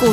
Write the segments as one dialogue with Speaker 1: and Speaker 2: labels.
Speaker 1: 股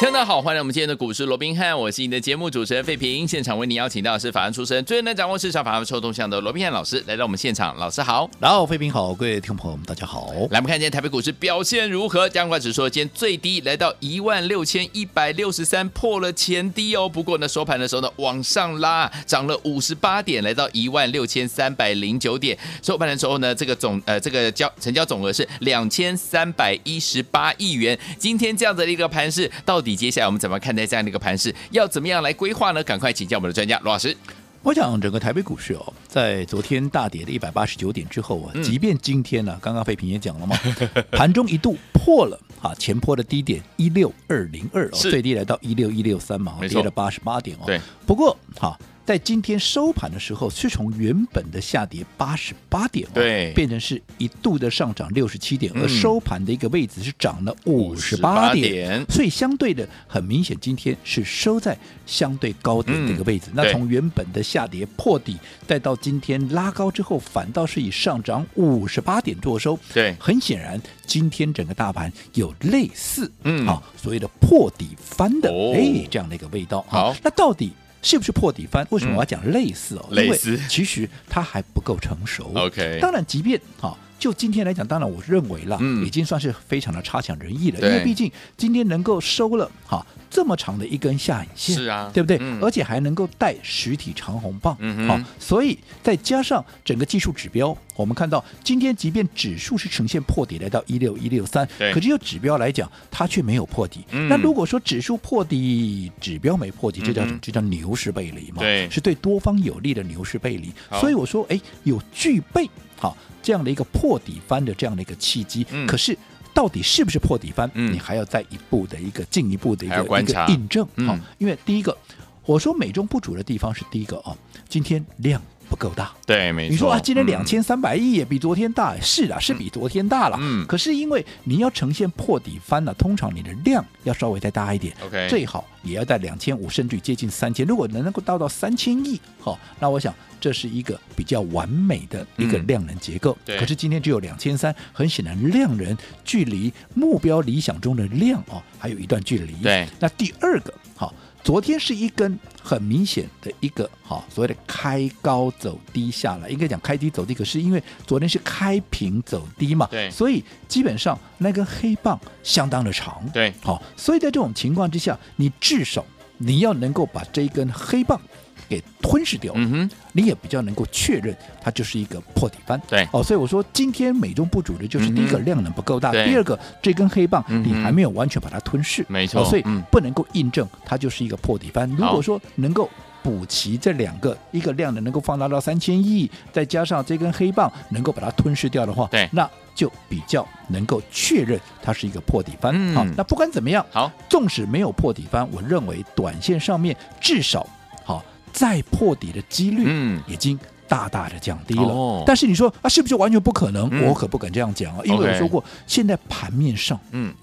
Speaker 2: 听众好，欢迎来我们今天的股市罗宾汉，我是你的节目主持人费平。现场为您邀请到的是法案出身、最能掌握市场法案臭动向的罗宾汉老师来到我们现场，老师好。
Speaker 3: 然后，飞平好，各位听众朋友们，大家好。
Speaker 2: 来，我们看今天台北股市表现如何？加权指数今天最低来到一万六千一百六十三，破了前低哦。不过呢，收盘的时候呢，往上拉，涨了五十八点，来到一万六千三百零九点。收盘的时候呢，这个总呃这个交成交总额是两千三百一十八亿元。今天这样的一个盘势，到底接下来我们怎么看待这样的一个盘势？要怎么样来规划呢？赶快请教我们的专家罗老师。
Speaker 3: 我想整个台北股市哦，在昨天大跌的一百八十九点之后
Speaker 2: 嗯
Speaker 3: 啊，即便今天呢、刚刚费平也讲了嘛， 盘中一度破了啊前波的低点一六二零二哦，
Speaker 2: 是
Speaker 3: 最低来到一六一六三嘛，
Speaker 2: 没错
Speaker 3: 跌了八十八点哦。
Speaker 2: 对，
Speaker 3: 不过哈、在今天收盘的时候，是从原本的下跌八十八点、哦，
Speaker 2: 对
Speaker 3: 变成是一度的上涨六十七点，而
Speaker 2: 嗯
Speaker 3: 收盘的一个位置是涨了五十八
Speaker 2: 58
Speaker 3: 点
Speaker 2: 点，
Speaker 3: 所以相对的很明显，今天是收在相对高点的一个位置。
Speaker 2: 嗯
Speaker 3: 那
Speaker 2: 对
Speaker 3: 从原本的下跌破底，再到今天拉高之后，反倒是以上涨五十八点做收。
Speaker 2: 对
Speaker 3: 很显然，今天整个大盘有类似
Speaker 2: 嗯
Speaker 3: 啊所谓的破底翻的
Speaker 2: 哦
Speaker 3: 哎、这样的一个味道。
Speaker 2: 好
Speaker 3: 啊那到底？是不是破底翻？为什么我要讲类似哦？
Speaker 2: 嗯类似
Speaker 3: 因为其实它还不够成熟。
Speaker 2: OK
Speaker 3: 当然，即便啊，就今天来讲，当然我认为啦，
Speaker 2: 嗯
Speaker 3: 已经算是非常的差强人意了。
Speaker 2: 对
Speaker 3: 因为毕竟今天能够收了哈、这么长的一根下影线，
Speaker 2: 是啊
Speaker 3: 对不对？
Speaker 2: 嗯
Speaker 3: 而且还能够带实体长红棒，
Speaker 2: 嗯哼
Speaker 3: 好所以再加上整个技术指标，我们看到今天即便指数是呈现破底，来到一六一六三
Speaker 2: 对，
Speaker 3: 可是就指标来讲，它却没有破底。
Speaker 2: 嗯
Speaker 3: 那如果说指数破底，指标没破底，这叫什
Speaker 2: 嗯
Speaker 3: 么
Speaker 2: 哼？
Speaker 3: 这叫牛市背离嘛？
Speaker 2: 对
Speaker 3: 是对多方有利的牛市背离
Speaker 2: 好。
Speaker 3: 所以我说，哎，有具备好这样的一个破底翻的这样的一个契机，
Speaker 2: 嗯
Speaker 3: 可是。到底是不是破底翻？
Speaker 2: 嗯
Speaker 3: 你还要再一步的一个进一步的一
Speaker 2: 还要
Speaker 3: 个
Speaker 2: 观
Speaker 3: 一个
Speaker 2: 察
Speaker 3: 印证
Speaker 2: 嗯
Speaker 3: 好，啊因为第一个，我说美中不足的地方是第一个啊，今天量不够大。
Speaker 2: 对，没
Speaker 3: 你说啊，今天
Speaker 2: 嗯
Speaker 3: 两千三百亿也比昨天大，是啊，是比昨天大了。
Speaker 2: 嗯
Speaker 3: 可是因为你要呈现破底翻呢、通常你的量要稍微再大一点
Speaker 2: 嗯 OK
Speaker 3: 最好也要在两千五甚至于接近三千。如果能能够到到三千亿，好、那我想这是一个比较完美的一个
Speaker 2: 嗯
Speaker 3: 量能结构。
Speaker 2: 对
Speaker 3: 可是今天只有两千三，很显然量能距离目标理想中的量哦，还有一段距离。
Speaker 2: 对
Speaker 3: 那第二个，好、昨天是一根很明显的一个好、所谓的开高走低下来，应该讲开低走低，可是因为昨天是开平走低嘛，
Speaker 2: 对
Speaker 3: 所以基本上那根黑棒相当的长，
Speaker 2: 对
Speaker 3: 好、所以在这种情况之下，你至少你要能够把这一根黑棒给吞噬掉，
Speaker 2: 嗯哼，
Speaker 3: 你也比较能够确认它就是一个破底翻。
Speaker 2: 对
Speaker 3: 哦，所以我说今天美中不足的就是
Speaker 2: 嗯哼
Speaker 3: 第一个量能不够大，
Speaker 2: 对
Speaker 3: 第二个这根黑棒
Speaker 2: 嗯哼
Speaker 3: 你还没有完全把它吞噬，
Speaker 2: 没错
Speaker 3: 哦所以
Speaker 2: 嗯
Speaker 3: 不能够印证它就是一个破底翻。如果说能够。补齐这两个，一个量能能够放大到三千亿，再加上这根黑棒能够把它吞噬掉的话，
Speaker 2: 对
Speaker 3: 那就比较能够确认它是一个破底翻。
Speaker 2: 嗯
Speaker 3: 好，那不管怎么样，
Speaker 2: 好，
Speaker 3: 纵使没有破底翻，我认为短线上面至少好再破底的几率，
Speaker 2: 嗯
Speaker 3: 已经大大的降低了。
Speaker 2: 哦
Speaker 3: 但是你说啊，是不是就完全不可能？
Speaker 2: 嗯
Speaker 3: 我可不敢这样讲啊，因为
Speaker 2: OK
Speaker 3: 我说过，现在盘面上
Speaker 2: 嗯，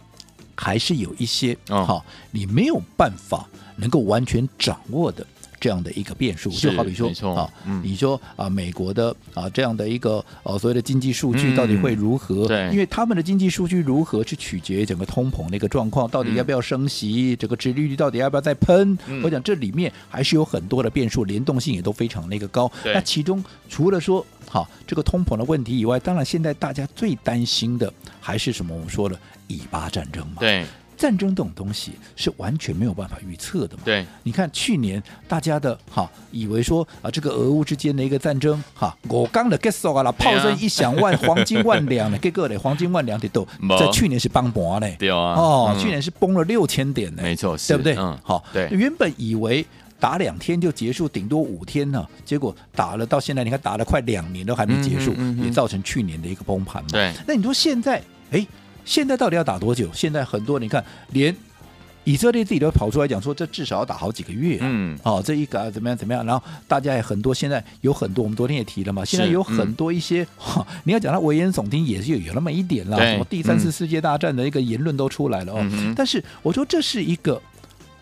Speaker 3: 还是有一些
Speaker 2: 哦
Speaker 3: 哈、好你没有办法能够完全掌握的。这样的一个变数，
Speaker 2: 是
Speaker 3: 就好比说
Speaker 2: 没错
Speaker 3: 啊，
Speaker 2: 嗯
Speaker 3: 你说啊，美国的啊这样的一个呃所谓的经济数据
Speaker 2: 嗯
Speaker 3: 到底会如何？
Speaker 2: 对
Speaker 3: 因为他们的经济数据如何去取决于整个通膨的一个状况，到底
Speaker 2: 嗯
Speaker 3: 要不要升息，整个殖利率到底要不要再喷？
Speaker 2: 嗯
Speaker 3: 我讲这里面还是有很多的变数，联动性也都非常那个高。
Speaker 2: 对
Speaker 3: 那其中除了说好这个通膨的问题以外，当然现在大家最担心的还是什么？我们说了以巴战争嘛。
Speaker 2: 对
Speaker 3: 战争这种东西是完全没有办法预测的嘛。
Speaker 2: 对，
Speaker 3: 你看去年大家的哈，以为说啊这个俄乌之间的一个战争哈，我刚的 get 手啊啦，
Speaker 2: 对啊
Speaker 3: 炮声一响万黄金万两呢，结果嘞黄金万两的都
Speaker 2: 没
Speaker 3: 在去年是崩盘呢。
Speaker 2: 对啊，
Speaker 3: 哦，
Speaker 2: 嗯
Speaker 3: 去年是崩了六千点呢，
Speaker 2: 没错，是
Speaker 3: 对不对？
Speaker 2: 嗯，
Speaker 3: 好，
Speaker 2: 对
Speaker 3: 原本以为。打两天就结束，顶多五天呢、结果打了到现在，你看打了快两年都还没结束，
Speaker 2: 嗯哼嗯哼
Speaker 3: 也造成去年的一个崩盘嘛。
Speaker 2: 对
Speaker 3: 那你说现在，哎，现在到底要打多久？现在很多你看，连以色列自己都跑出来讲说，这至少要打好几个月、啊。
Speaker 2: 嗯
Speaker 3: 哦，这一个、啊、怎么样怎么样？然后大家也很多，现在有很多，我们昨天也提了嘛，现在
Speaker 2: 是嗯
Speaker 3: 有很多一些，哈，你要讲他危言耸听，也是有有那么一点啦，
Speaker 2: 对
Speaker 3: 什么第三次
Speaker 2: 嗯
Speaker 3: 世界大战的一个言论都出来了哦。
Speaker 2: 嗯哼
Speaker 3: 但是我说这是一个。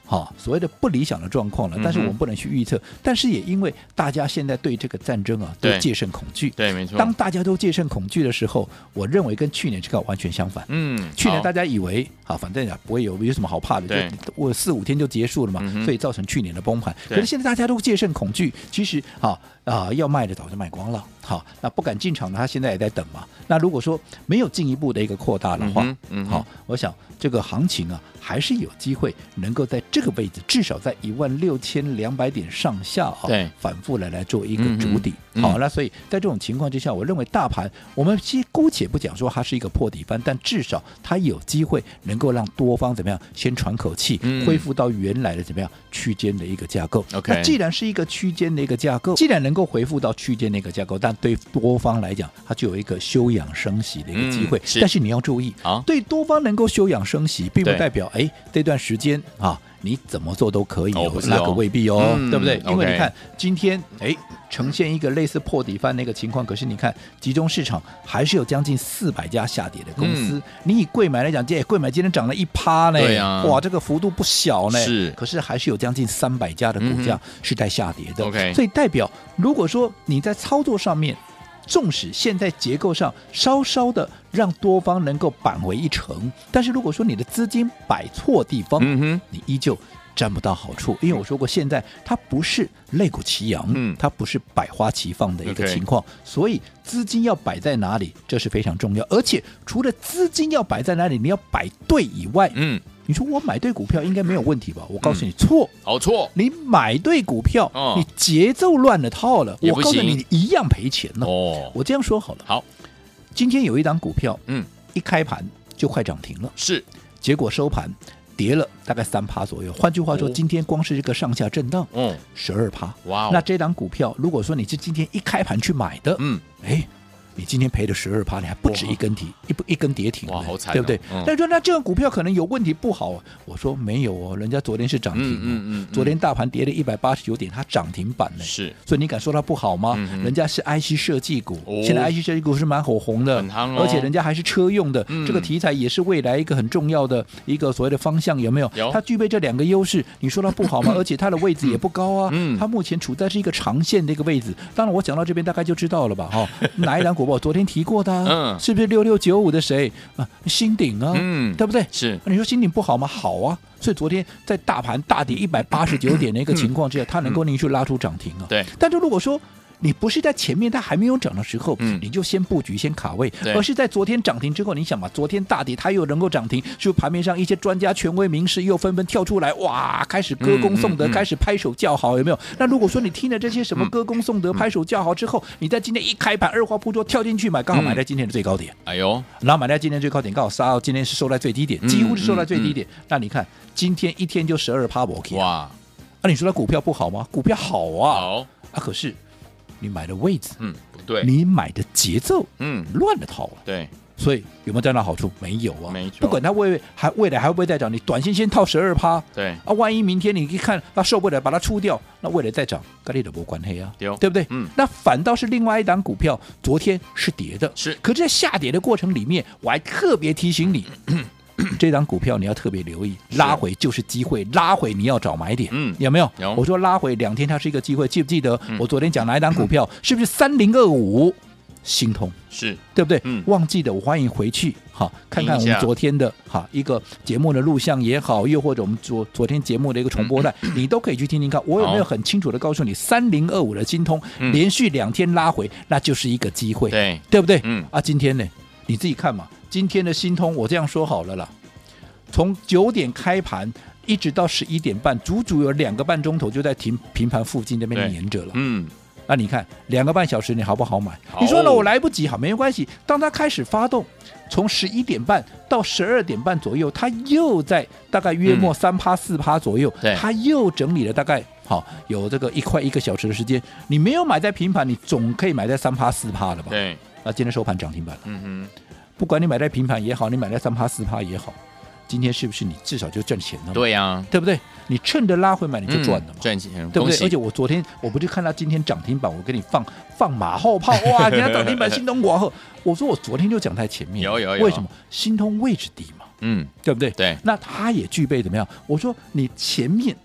Speaker 3: 哈，所谓的不理想的状况了，但是
Speaker 2: 嗯哼
Speaker 3: 我们不能去预测。但是也因为大家现在对这个战争啊，都
Speaker 2: 对
Speaker 3: 戒慎恐惧。
Speaker 2: 对，没错。
Speaker 3: 当大家都戒慎恐惧的时候，我认为跟去年这个完全相反。
Speaker 2: 嗯，
Speaker 3: 去年
Speaker 2: 好
Speaker 3: 大家以为啊，反正也不会有有什么好怕
Speaker 2: 对
Speaker 3: 的，就我四五天就结束了嘛
Speaker 2: 嗯，哼
Speaker 3: 所以造成去年的崩盘。
Speaker 2: 对
Speaker 3: 可是现在大家都戒慎恐惧，其实啊啊要卖的早就卖光了，好，那不敢进场的他现在也在等嘛。那如果说没有进一步的一个扩大的话
Speaker 2: 嗯哼，嗯哼
Speaker 3: 好，我想这个行情啊还是有机会能够在这个位置，至少在一万六千两百点上下啊
Speaker 2: 对，
Speaker 3: 反复来来做一个
Speaker 2: 嗯哼
Speaker 3: 主底。
Speaker 2: 嗯
Speaker 3: 好，那所以在这种情况之下，我认为大盘我们先姑且不讲说它是一个破底翻，但至少它有机会能够让多方怎么样先喘口气，
Speaker 2: 嗯
Speaker 3: 恢复到原来的怎么样区间的一个架构。
Speaker 2: OK
Speaker 3: 那既然是一个区间的一个架构，既然能够回复到区间的一个架构，但对多方来讲，它就有一个休养生息的一个机会。
Speaker 2: 嗯是
Speaker 3: 但是你要注意，
Speaker 2: 好
Speaker 3: 对多方能够休养生息，并不
Speaker 2: 对
Speaker 3: 代表哎这段时间啊。你怎么做都可以
Speaker 2: 哦不是
Speaker 3: 那
Speaker 2: 哦
Speaker 3: 可未必哦，
Speaker 2: 嗯
Speaker 3: 对不对？因为
Speaker 2: OK
Speaker 3: 你看今天哎呈现一个类似破底翻的一个情况，可是你看集中市场还是有将近四百家下跌的公司。你以贵买来讲，这贵买今天涨了一趴呢，
Speaker 2: 嗯对啊
Speaker 3: 哇，这个幅度不小呢。
Speaker 2: 是嗯
Speaker 3: 可是还是有将近三百家的股价是在下跌的。
Speaker 2: OK
Speaker 3: 所以代表如果说你在操作上面。纵使现在结构上稍稍的让多方能够扳回一城，但是如果说你的资金摆错地方，
Speaker 2: 嗯哼，
Speaker 3: 你依旧占不到好处，因为我说过，现在它不是肋骨齐扬，
Speaker 2: 嗯
Speaker 3: 它不是百花齐放的一个
Speaker 2: OK
Speaker 3: 情况所以资金要摆在哪里，这是非常重要。而且除了资金要摆在哪里，你要摆对以外，
Speaker 2: 嗯，
Speaker 3: 你说我买对股票应该没有问题吧？我告诉你，错。
Speaker 2: 好错
Speaker 3: 你买对股票，
Speaker 2: 哦
Speaker 3: 你节奏乱了套了，
Speaker 2: 也
Speaker 3: 我
Speaker 2: 不
Speaker 3: 告诉你，
Speaker 2: 行
Speaker 3: 你一样赔钱呢、
Speaker 2: 哦，
Speaker 3: 我这样说好了，
Speaker 2: 好，
Speaker 3: 今天有一档股票，
Speaker 2: 嗯，
Speaker 3: 一开盘就快涨停了。
Speaker 2: 是
Speaker 3: 结果收盘跌了大概三趴左右。换句话说，
Speaker 2: 哦
Speaker 3: 今天光是这个上下震荡
Speaker 2: 嗯，
Speaker 3: 十二趴。
Speaker 2: 哇哦
Speaker 3: 那这档股票，如果说你是今天一开盘去买的，
Speaker 2: 嗯，
Speaker 3: 哎。你今天赔了十二趴，你还不止一根停，一不一根跌停呢，
Speaker 2: 哦哇好惨哦
Speaker 3: 对不对？
Speaker 2: 嗯
Speaker 3: 但是说那这个股票可能有问题，不好、啊。我说没有哦，人家昨天是涨停、哦，
Speaker 2: 嗯嗯嗯嗯
Speaker 3: 昨天大盘跌了一百八十九点，它涨停板呢。
Speaker 2: 是
Speaker 3: 所以你敢说它不好吗？
Speaker 2: 嗯哼
Speaker 3: 人家是 IC 设计股，
Speaker 2: 哦
Speaker 3: 现在 IC 设计股是蛮火红的，
Speaker 2: 很夯哦
Speaker 3: 而且人家还是车用的、
Speaker 2: 嗯
Speaker 3: 这个题材也是未来一个很重要的一个所谓的方向，有没有？
Speaker 2: 有
Speaker 3: 它具备这两个优势，你说它 不好吗？而且它的位置也不高啊，
Speaker 2: 嗯
Speaker 3: 它目前处在是一个长线的一个位置。当然，我讲到这边大概就知道了吧？ 哈、哪一档股票？我昨天提过的、啊，
Speaker 2: 嗯
Speaker 3: 是不是六六九五的谁啊？新鼎啊，
Speaker 2: 嗯
Speaker 3: 对不对？
Speaker 2: 是
Speaker 3: 那你说心情不好吗？好啊，所以昨天在大盘大跌一百八十九点的一个情况之下，
Speaker 2: 嗯
Speaker 3: 它能够连续拉出涨停啊。
Speaker 2: 对
Speaker 3: 但是如果说你不是在前面它还没有涨的时候，
Speaker 2: 嗯
Speaker 3: 你就先布局先卡位
Speaker 2: 对，
Speaker 3: 而是在昨天涨停之后，你想嘛，昨天大跌它又能够涨停，是不是盘面上一些专家、权威名师又纷纷跳出来，哇，开始歌功颂德，
Speaker 2: 嗯嗯嗯嗯嗯
Speaker 3: 开始拍手叫好，有没有？那如果说你听了这些什么歌功颂德、拍手叫好之后，你在今天一开盘二话不说跳进去买，刚好买在今天的最高点。
Speaker 2: 哎呦，
Speaker 3: 然后买在今天最高点，刚好杀到今天是收在最低点，
Speaker 2: 嗯
Speaker 3: 几乎是收在最低点。那你看今天一天就十二趴 OK 啊？
Speaker 2: 哇，
Speaker 3: 那你说它股票不好吗？股票好啊，
Speaker 2: 好，
Speaker 3: 啊可是你买的位置，
Speaker 2: 嗯，不对，
Speaker 3: 你买的节奏
Speaker 2: 嗯，
Speaker 3: 乱了套了，啊
Speaker 2: 对，
Speaker 3: 所以有没有占到好处？没有啊，
Speaker 2: 没错
Speaker 3: 不管它未还未来还会不会再涨，你短线先套十二趴。
Speaker 2: 对，
Speaker 3: 啊，万一明天你一看它受不了，把它出掉，那未来再涨，跟你的没关系啊，
Speaker 2: 对哦
Speaker 3: 不对？
Speaker 2: 嗯
Speaker 3: 那反倒是另外一档股票，昨天是跌的，
Speaker 2: 是
Speaker 3: 可是在下跌的过程里面，我还特别提 醒你。这档股票你要特别留意，
Speaker 2: 是
Speaker 3: 拉回就是机会，拉回你要找买点，
Speaker 2: 嗯
Speaker 3: 有没有？
Speaker 2: 有嗯
Speaker 3: 我说拉回两天它是一个机会，记不记得？我昨天讲哪一档股票？是不是三零二五？心通，
Speaker 2: 是
Speaker 3: 对不对？
Speaker 2: 嗯
Speaker 3: 忘记的，我欢迎回去好看看我
Speaker 2: 听一下
Speaker 3: 们昨天的哈一个节目的录像也好，又或者我们昨昨天节目的一个重播带，
Speaker 2: 嗯
Speaker 3: 你都可以去听听看。我有没有
Speaker 2: 好
Speaker 3: 很清楚的告诉你，三零二五的精通、
Speaker 2: 嗯
Speaker 3: 连续两天拉回，那就是一个机会，
Speaker 2: 对，
Speaker 3: 对不对？
Speaker 2: 嗯
Speaker 3: 啊，今天呢，你自己看嘛，今天的新通，我这样说好了啦，从九点开盘。一直到十一点半，足足有两个半钟头就在停平盘附近那边
Speaker 2: 对
Speaker 3: 粘着了。
Speaker 2: 嗯，
Speaker 3: 那你看两个半小时，你好不好买？
Speaker 2: 好
Speaker 3: 你说了我来不及，好，没有关系。当它开始发动，从十一点半到十二点半左右，它又在大概约莫三趴四趴左右
Speaker 2: 嗯对，
Speaker 3: 它又整理了大概好有这个一块一个小时的时间。你没有买在平盘，你总可以买在三趴四趴了吧？
Speaker 2: 对，
Speaker 3: 那今天收盘涨停板了，
Speaker 2: 嗯哼，
Speaker 3: 不管你买在平盘也好，你买在三趴四趴也好，今天是不是你至少就赚钱了嘛？
Speaker 2: 对呀，
Speaker 3: 对不对？你趁着拉回买，你就赚了嘛
Speaker 2: 嗯。赚钱，
Speaker 3: 对不
Speaker 2: 恭
Speaker 3: 对？
Speaker 2: 喜
Speaker 3: 而且我昨天我不就看到今天涨停板，我跟你放放马后炮，哇！人家涨停板新 通广后，我说我昨天就讲在前面，
Speaker 2: 有有有
Speaker 3: 为什么新通位置低嘛，
Speaker 2: 嗯，
Speaker 3: 对不对？
Speaker 2: 对，
Speaker 3: 那它也具备怎么样？我说你前面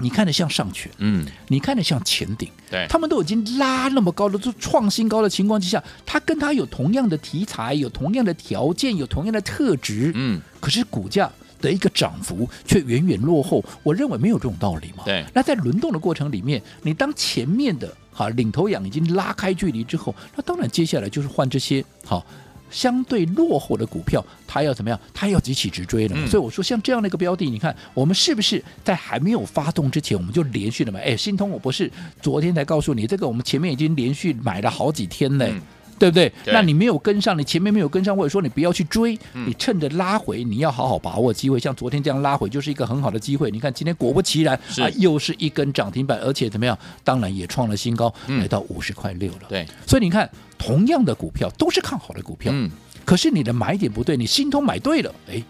Speaker 3: 你看着像上权，
Speaker 2: 嗯，
Speaker 3: 你看着像前顶，
Speaker 2: 对，
Speaker 3: 他们都已经拉那么高了，就创新高的情况之下，它跟它有同样的题材，有同样的条件，有同样的特质，
Speaker 2: 嗯，
Speaker 3: 可是股价。的一个涨幅却远远落后，我认为没有这种道理嘛。
Speaker 2: 对
Speaker 3: 那在轮动的过程里面，你当前面的哈领头羊已经拉开距离之后，那当然接下来就是换这些好相对落后的股票，它要怎么样？它要急起直追了嘛。
Speaker 2: 嗯
Speaker 3: 所以我说，像这样的一个标的，你看我们是不是在还没有发动之前，我们就连续的买？哎，新通我不是昨天才告诉你，这个我们前面已经连续买了好几天嘞。
Speaker 2: 嗯
Speaker 3: 对不对？
Speaker 2: 对
Speaker 3: 那你没有跟上，你前面没有跟上，或者说你不要去追，
Speaker 2: 嗯
Speaker 3: 你趁着拉回，你要好好把握机会。像昨天这样拉回就是一个很好的机会。你看今天果不其然
Speaker 2: 是
Speaker 3: 啊，又是一根涨停板，而且怎么样？当然也创了新高，
Speaker 2: 嗯
Speaker 3: 来到五十块六了。
Speaker 2: 对，
Speaker 3: 所以你看，同样的股票都是看好的股票，
Speaker 2: 嗯，
Speaker 3: 可是你的买点不对，你心通买对了，哎，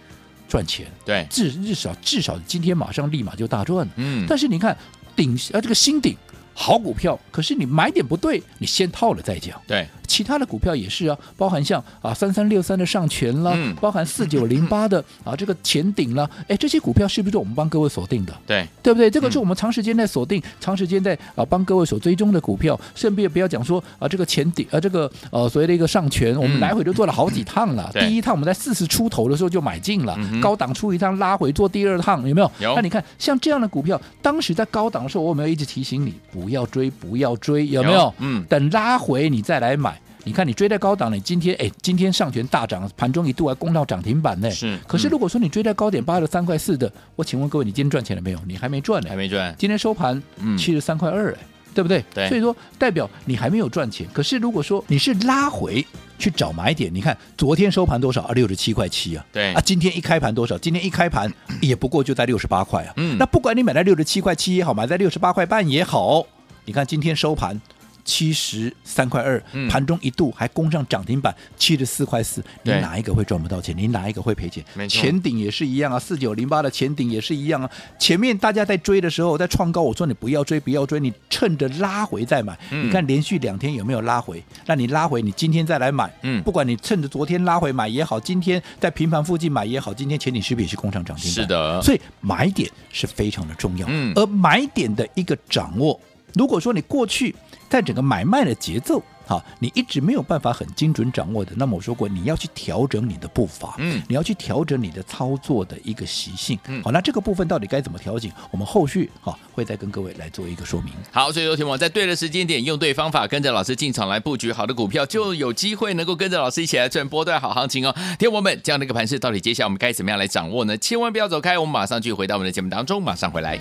Speaker 3: 赚钱，
Speaker 2: 对，
Speaker 3: 至至少至少今天马上立马就大赚了。
Speaker 2: 嗯，
Speaker 3: 但是你看顶啊这个新顶好股票，可是你买点不对，你先套了再讲。
Speaker 2: 对，
Speaker 3: 其他的股票也是啊，包含像啊三三六三的上权啦，
Speaker 2: 嗯
Speaker 3: 包含四九零八的啊这个前顶啦，哎这些股票是不是我们帮各位锁定的？
Speaker 2: 对，
Speaker 3: 对不对？这个是
Speaker 2: 嗯
Speaker 3: 我们长时间在锁定、长时间在啊帮各位所追踪的股票，甚至不要讲说啊这个前底啊这个呃所谓的一个上权，我们来回都做了好几趟了。
Speaker 2: 嗯对
Speaker 3: 第一趟我们在四十出头的时候就买进了，
Speaker 2: 嗯哼
Speaker 3: 高档出一趟拉回做第二趟，有没有？
Speaker 2: 有
Speaker 3: 那你看像这样的股票，当时在高档的时候，我有没有一直提醒你不要追，不要追，有没有？
Speaker 2: 有嗯
Speaker 3: 等拉回你再来买。你看，你追在高档，你今天哎，今天上权大涨，盘中一度还攻到涨停板呢。
Speaker 2: 是
Speaker 3: 可是
Speaker 2: 嗯
Speaker 3: 如果说你追在高点八的三块四的，我请问各位，你今天赚钱了没有？你还没赚呢
Speaker 2: 还。没赚，
Speaker 3: 今天收盘
Speaker 2: 嗯
Speaker 3: 七十三块二，哎，对不对？
Speaker 2: 对
Speaker 3: 所以说代表你还没有赚钱。可是如果说你是拉回去找买点，你看昨天收盘多少啊？六十七块七啊。
Speaker 2: 对
Speaker 3: 啊，今天一开盘多少？今天一 开盘也不过就在六十八块啊。
Speaker 2: 嗯
Speaker 3: 那不管你买在六十七块七也好，买在六十八块半也好，你看今天收盘。七十三块二
Speaker 2: 嗯，
Speaker 3: 盘中一度还攻上涨停板七十四块四，你
Speaker 2: 对
Speaker 3: 哪一个会赚不到钱？你哪一个会赔钱
Speaker 2: 没？错
Speaker 3: 前顶也是一样啊，四九零八的前顶也是一样啊。前面大家在追的时候，在创高，我说你不要追，不要追，你趁着拉回再买。
Speaker 2: 嗯
Speaker 3: 你看连续两天有没有拉回？那你拉回，你今天再来买，
Speaker 2: 嗯
Speaker 3: 不管你趁着昨天拉回买也好，今天在平盘附近买也好，今天前景是不是也是工厂涨停板？
Speaker 2: 是的
Speaker 3: 所以买点是非常的重要。
Speaker 2: 嗯
Speaker 3: 而买点的一个掌握，如果说你过去在整个买卖的节奏。好，你一直没有办法很精准掌握的，那么我说过，你要去调整你的步伐，
Speaker 2: 嗯
Speaker 3: 你要去调整你的操作的一个习性，
Speaker 2: 嗯
Speaker 3: 好，那这个部分到底该怎么调整，我们后续哈会再跟各位来做一个说明。
Speaker 2: 好，所以有听我在对的时间点，用对方法，跟着老师进场来布局好的股票，就有机会能够跟着老师一起来赚波段好行情哦。听我们这样的一个盘势，到底接下来我们该怎么样来掌握呢？千万不要走开，我们马上去回到我们的节目当中，马上回来。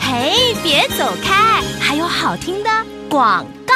Speaker 1: 嘿，别走开，还有好听的广告。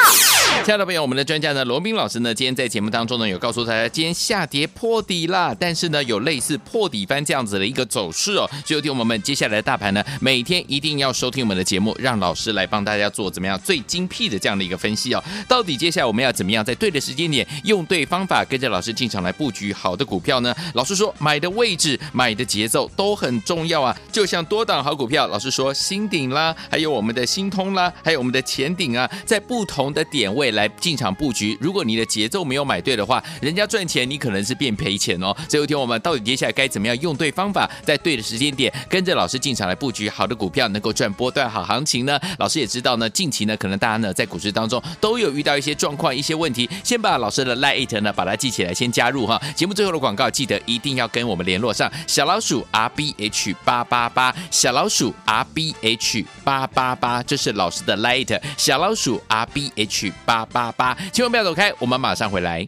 Speaker 2: 亲爱的朋友，我们的专家呢，罗斌老师呢，今天在节目当中呢，有告诉大家，今天下跌破底啦，但是呢，有类似破底翻这样子的一个走势哦。所以，听我们接下来的大盘呢，每天一定要收听我们的节目，让老师来帮大家做怎么样最精辟的这样的一个分析哦。到底接下来我们要怎么样在对的时间点，用对方法，跟着老师进场来布局好的股票呢？老师说，买的位置、买的节奏都很重要啊。就像多档好股票，老师说新顶啦，还有我们的新通啦，还有我们的前顶啊，在不同的点位来进场布局。如果你的节奏没有买对的话，人家赚钱，你可能是变赔钱哦。所以，有天我们到底接下来该怎么样用对方法，在对的时间点，跟着老师进场来布局好的股票，能够赚波段好行情呢？老师也知道呢，近期呢，可能大家呢在股市当中都有遇到一些状况、一些问题，先把老师的 Lite 呢把它记起来，先加入哈。节目最后的广告，记得一定要跟我们联络上小老鼠 R B H 八八八，小老鼠 R B H 八八八，这是老师的 Lite，小老鼠 R B H 八八八，千万不要走开，我们马上回来。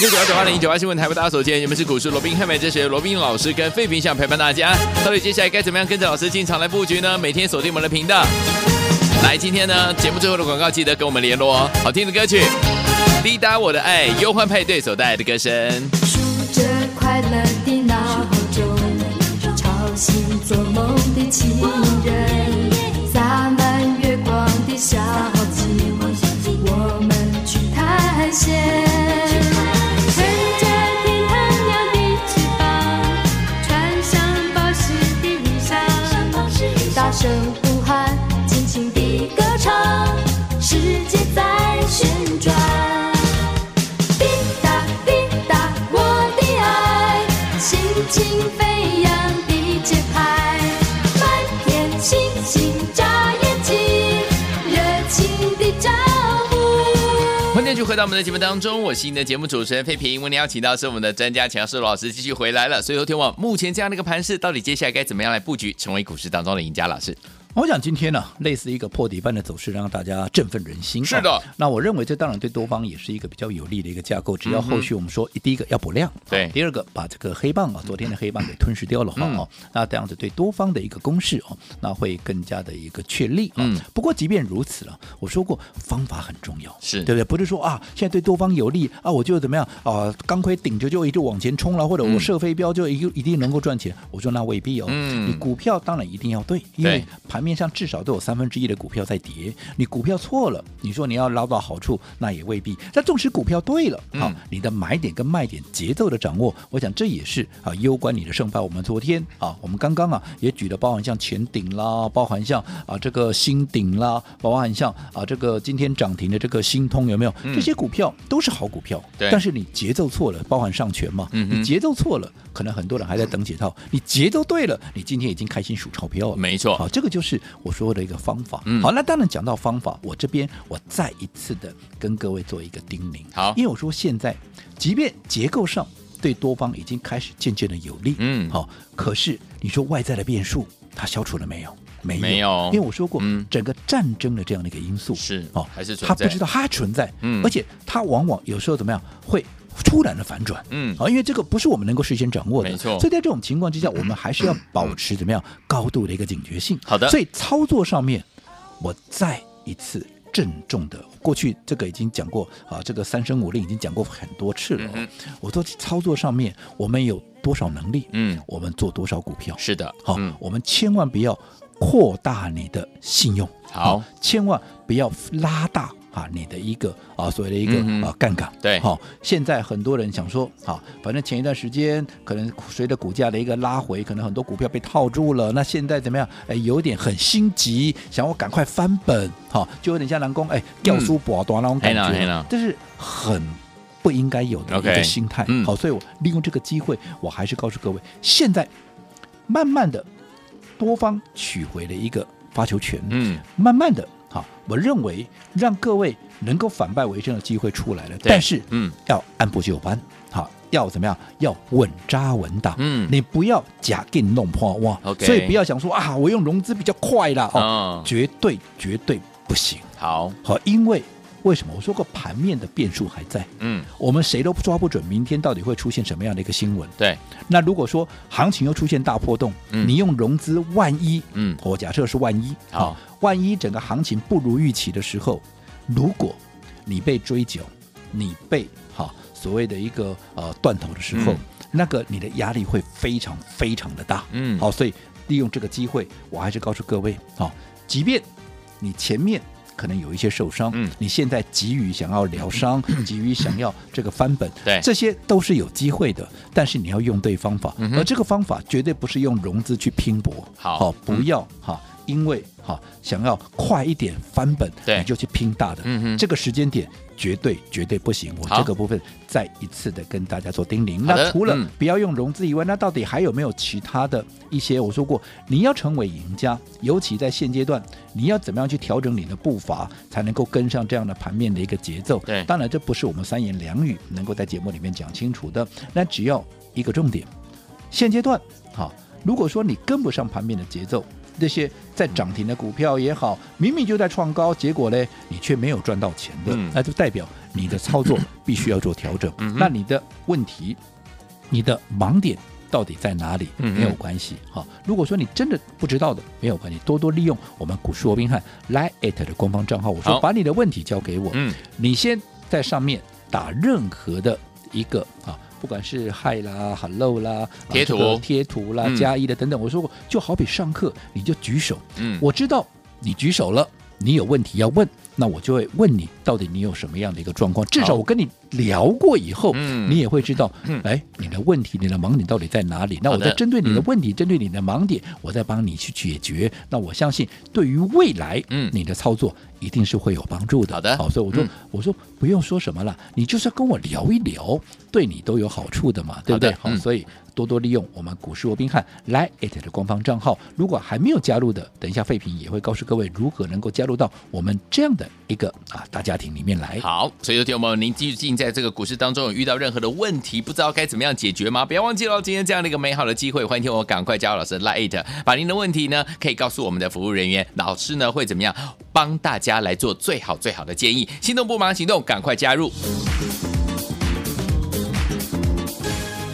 Speaker 2: 六九二九八零九八新闻台为大家所见，你们是股市罗宾汉美哲学罗宾老师跟费平想陪伴大家，到底接下来该怎么样跟着老师进场来布局呢？每天锁定我们的频道。来，今天呢，节目最后的广告记得跟我们联络哦。好听的歌曲，《滴答我的爱》，忧欢派对所带来的歌声。
Speaker 4: 数着快乐的闹钟，吵醒做梦的情人，洒满月光的小径，我们去探险，乘着平坦大声呼喊，尽情地歌唱，世界在旋转。滴答滴答，我的爱，心情飞扬的节拍，满天星星眨眼睛，热情的招呼。
Speaker 2: 欢迎继续回到我们的节目当中，我是你的节目主持人费平。为您邀请到是我们的专家强势罗老师继续回来了。所以，有天网目前这样的一个盘势，到底接下来该怎么样来布局，成为股市当中的赢家？老师，
Speaker 3: 我想今天呢、类似一个破底般的走势，让大家振奋人心。
Speaker 2: 是的
Speaker 3: 哦那我认为这当然对多方也是一个比较有利的一个架构。只要后续我们说，第一个要补量，
Speaker 2: 对嗯
Speaker 3: 第二个把这个黑棒啊，昨天的黑棒给吞噬掉的话哦，那这样子对多方的一个攻势哦，那会更加的一个确立啊。
Speaker 2: 嗯
Speaker 3: 不过即便如此了，我说过方法很重要，
Speaker 2: 是
Speaker 3: 对不对？不是说啊，现在对多方有利啊，我就怎么样啊，钢盔顶着就一直往前冲了，或者
Speaker 2: 嗯
Speaker 3: 我射飞镖就一一定能够赚钱。我说那未必哦，
Speaker 2: 嗯
Speaker 3: 你股票当然一定要对，因为
Speaker 2: 对
Speaker 3: 盘面上至少都有三分之一的股票在跌，你股票错了，你说你要捞到好处，那也未必。但纵使股票对了，好、
Speaker 2: 嗯
Speaker 3: 你的买点跟卖点节奏的掌握，我想这也是啊，攸关你的胜败。我们昨天啊，我们刚刚啊也举了，包含像前顶啦，包含像啊这个新顶啦，包含像啊这个今天涨停的这个新通有没有？
Speaker 2: 嗯
Speaker 3: 这些股票都是好股票，
Speaker 2: 对
Speaker 3: 但是你节奏错了，包含上权嘛，
Speaker 2: 嗯哼
Speaker 3: 你节奏错了，可能很多人还在等解套；你节奏对了，你今天已经开心数钞票了。
Speaker 2: 没错
Speaker 3: 好，这个就是我说的一个方法。
Speaker 2: 嗯
Speaker 3: 好，那当然讲到方法，我这边我再一次的跟各位做一个叮咛。
Speaker 2: 好
Speaker 3: 因为我说现在，即便结构上对多方已经开始渐渐的有利，
Speaker 2: 嗯
Speaker 3: 好，可是你说外在的变数它消除了没有？没有，
Speaker 2: 没有
Speaker 3: 因为我说过，
Speaker 2: 嗯
Speaker 3: 整个战争的这样的一个因素
Speaker 2: 是
Speaker 3: 哦，
Speaker 2: 还是存
Speaker 3: 它不
Speaker 2: 在
Speaker 3: 知道它存在，
Speaker 2: 嗯
Speaker 3: 而且它往往有时候怎么样会突然的反转，
Speaker 2: 嗯
Speaker 3: 啊，因为这个不是我们能够事先掌握的，
Speaker 2: 没错
Speaker 3: 所以在这种情况之
Speaker 2: 嗯
Speaker 3: 下，我们还是要保持怎么样高度的一个警觉性。
Speaker 2: 好的
Speaker 3: 所以操作上面，我再一次。郑重的，过去这个已经讲过啊，这个三生五令已经讲过很多次了、哦。
Speaker 2: 嗯
Speaker 3: 我说操作上面，我们有多少能力，
Speaker 2: 嗯
Speaker 3: 我们做多少股票，
Speaker 2: 是的，
Speaker 3: 好、
Speaker 2: 嗯
Speaker 3: 我们千万不要扩大你的信用，
Speaker 2: 好
Speaker 3: 千万不要拉大啊你的一个啊所谓的一个、
Speaker 2: 嗯哼
Speaker 3: 啊杠杆，
Speaker 2: 对
Speaker 3: 好、现在很多人想说，啊，反正前一段时间可能随着股价的一个拉回，可能很多股票被套住了，那现在怎么样？哎，有点很心急，想要赶快翻本，好、就有点像南宫哎掉书博短那种感
Speaker 2: 嗯嘿啦嘿
Speaker 3: 觉
Speaker 2: 啦，
Speaker 3: 这是很。不应该有的一
Speaker 2: OK，
Speaker 3: 个心态。
Speaker 2: 嗯
Speaker 3: 好，所以我利用这个机会，我还是告诉各位，现在慢慢的多方取回了一个发球权，
Speaker 2: 嗯，
Speaker 3: 慢慢的，好，我认为让各位能够反败为胜的机会出来了，
Speaker 2: 对
Speaker 3: 但是
Speaker 2: 嗯
Speaker 3: 要按部就班，好，要怎么样？要稳扎稳打，
Speaker 2: 嗯
Speaker 3: 你不要假定弄破哇
Speaker 2: OK
Speaker 3: 所以不要想说啊，我用融资比较快啦，哦，
Speaker 2: 哦，
Speaker 3: 绝对绝对不行，
Speaker 2: 好，
Speaker 3: 好，因为为什么？我说过盘面的变数还在，
Speaker 2: 嗯，
Speaker 3: 我们谁都抓不准明天到底会出现什么样的一个新闻。
Speaker 2: 对，
Speaker 3: 那如果说行情又出现大波动，
Speaker 2: 嗯
Speaker 3: 你用融资万一，
Speaker 2: 嗯
Speaker 3: 我假设是万一，
Speaker 2: 好
Speaker 3: 啊，万一整个行情不如预期的时候，如果你被追缴，你被哈、所谓的一个呃断头的时候，
Speaker 2: 嗯
Speaker 3: 那个你的压力会非常非常的大，
Speaker 2: 嗯
Speaker 3: 好，所以利用这个机会，我还是告诉各位，好、即便你前面。可能有一些受伤，
Speaker 2: 嗯
Speaker 3: 你现在急于想要 疗伤，急于想要这个翻本，
Speaker 2: 对
Speaker 3: 这些都是有机会的，但是你要用对方法，
Speaker 2: 嗯哼
Speaker 3: 而这个方法绝对不是用融资去拼搏，
Speaker 2: 好
Speaker 3: 不
Speaker 2: 嗯
Speaker 3: 要哈、因为哈、想要快一点翻本，
Speaker 2: 对
Speaker 3: 你就去拼大的，
Speaker 2: 嗯哼
Speaker 3: 这个时间点绝对绝对不行。我
Speaker 2: 好
Speaker 3: 这个部分再一次的跟大家做叮咛。
Speaker 2: 好的
Speaker 3: 那除了
Speaker 2: 嗯
Speaker 3: 不要用融资以外，那到底还有没有其他的一些？我说过，你要成为赢家，尤其在现阶段，你要怎么样去调整你的步伐，才能够跟上这样的盘面的一个节奏？
Speaker 2: 对
Speaker 3: 当然这不是我们三言两语能够在节目里面讲清楚的。那只要一个重点，现阶段好，如果说你跟不上盘面的节奏，这些在涨停的股票也好，明明就在创高，结果呢，你却没有赚到钱的，
Speaker 2: 嗯
Speaker 3: 那就代表你的操作必须要做调整。
Speaker 2: 嗯哼
Speaker 3: 那你的问题，你的盲点。到底在哪里？
Speaker 2: 嗯哼
Speaker 3: 没有关系。好，如果说你真的不知道的，没有关系，多多利用我们股市罗宾汉 Line at 的官方账号。我
Speaker 2: 好
Speaker 3: 说把你的问题交给我，
Speaker 2: 嗯
Speaker 3: 你先在上面打任何的一个啊，不管是嗨啦、hello 啦、啊
Speaker 2: 贴图
Speaker 3: 这个贴图啦
Speaker 2: 嗯、
Speaker 3: 加一的等等，我说过，就好比上课，你就举手，
Speaker 2: 嗯，
Speaker 3: 我知道你举手了，你有问题要问，那我就会问你，到底你有什么样的一个状况？至
Speaker 2: 好
Speaker 3: 少我跟你聊过以后，
Speaker 2: 嗯
Speaker 3: 你也会知道
Speaker 2: 嗯，
Speaker 3: 哎，你的问题、你的盲点到底在哪里？那
Speaker 2: 好
Speaker 3: 我
Speaker 2: 的
Speaker 3: 在针对你的
Speaker 2: 嗯
Speaker 3: 问题、针对你的盲点，我在帮你去解决。那我相信，对于未来，
Speaker 2: 嗯
Speaker 3: 你的操作一定是会有帮助的。
Speaker 2: 好的
Speaker 3: 好，所以我说
Speaker 2: 嗯，
Speaker 3: 我说不用说什么了，你就是要跟我聊一聊，对你都有好处的嘛，对不对？
Speaker 2: 好的
Speaker 3: 好
Speaker 2: 嗯，
Speaker 3: 所以多多利用我们股市罗宾汉 Line at 的官方账号。如果还没有加入的，等一下废品也会告诉各位如何能够加入到我们这样的一个啊大家庭里面来。
Speaker 2: 好，所以有听友们，您最近在这个股市当中有遇到任何的问题，不知道该怎么样解决吗？不要忘记了今天这样的一个美好的机会，欢迎听我赶快加入老师 Lite，把您的问题呢可以告诉我们的服务人员，老师呢会怎么样帮大家来做最好最好的建议。心动不忙行动，赶快加入。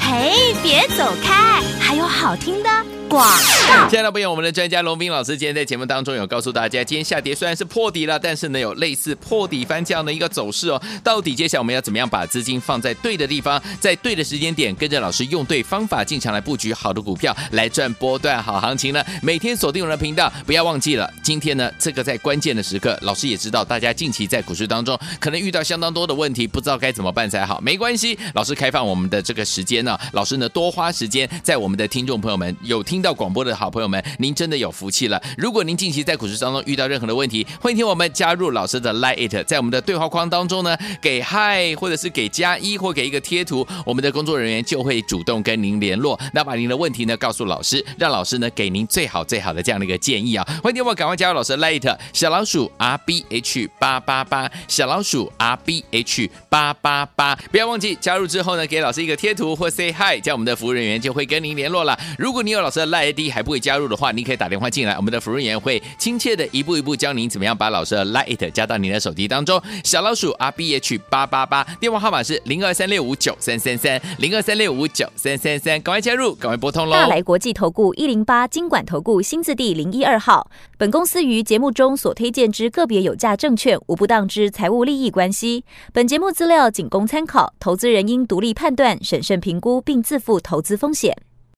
Speaker 1: 嘿，别走开，还有好听的广告。
Speaker 2: 亲爱的朋友我们的专家龙斌老师今天在节目当中有告诉大家，今天下跌虽然是破底了，但是呢有类似破底翻这样的一个走势哦。到底接下来我们要怎么样把资金放在对的地方，在对的时间点，跟着老师用对方法进场来布局好的股票，来赚波段好行情呢？每天锁定我们的频道，不要忘记了，今天呢这个在关键的时刻，老师也知道大家近期在股市当中可能遇到相当多的问题，不知道该怎么办才好。没关系，老师开放我们的这个时间呢、老师呢多花时间在我们的听众朋友们有听到广播的好朋友们，您真的有福气了。如果您近期在股市当中遇到任何的问题，欢迎听我们加入老师的 Line It，在我们的对话框当中呢，给嗨或者是给加一或给一个贴图，我们的工作人员就会主动跟您联络，那把您的问题呢告诉老师，让老师呢给您最好最好的这样的一个建议啊。欢迎听我赶快加入老师的 Line It，小老鼠 R B H 八八八，小老鼠 R B H 八八八，不要忘记加入之后呢，给老师一个贴图或 say hi，这样我们的服务人员就会跟您联络了。如果你有老师的 line ID 还不会加入的话，你可以打电话进来，我们的服务人员会亲切的一步一步教您怎么样把老师的 line it 加到您的手机当中。小老鼠 R B H 八八八，电话号码是零二三六五九三三三零二三六五九三三三，赶快加入，赶快拨通喽。
Speaker 5: 大来国际投顾一零八金管投顾新字第零一二号。本公司于节目中所推荐之个别有价证券，无不当之财务利益关系。本节目资料仅供参考，投资人应独立判断、审慎评估，并自负投资风险。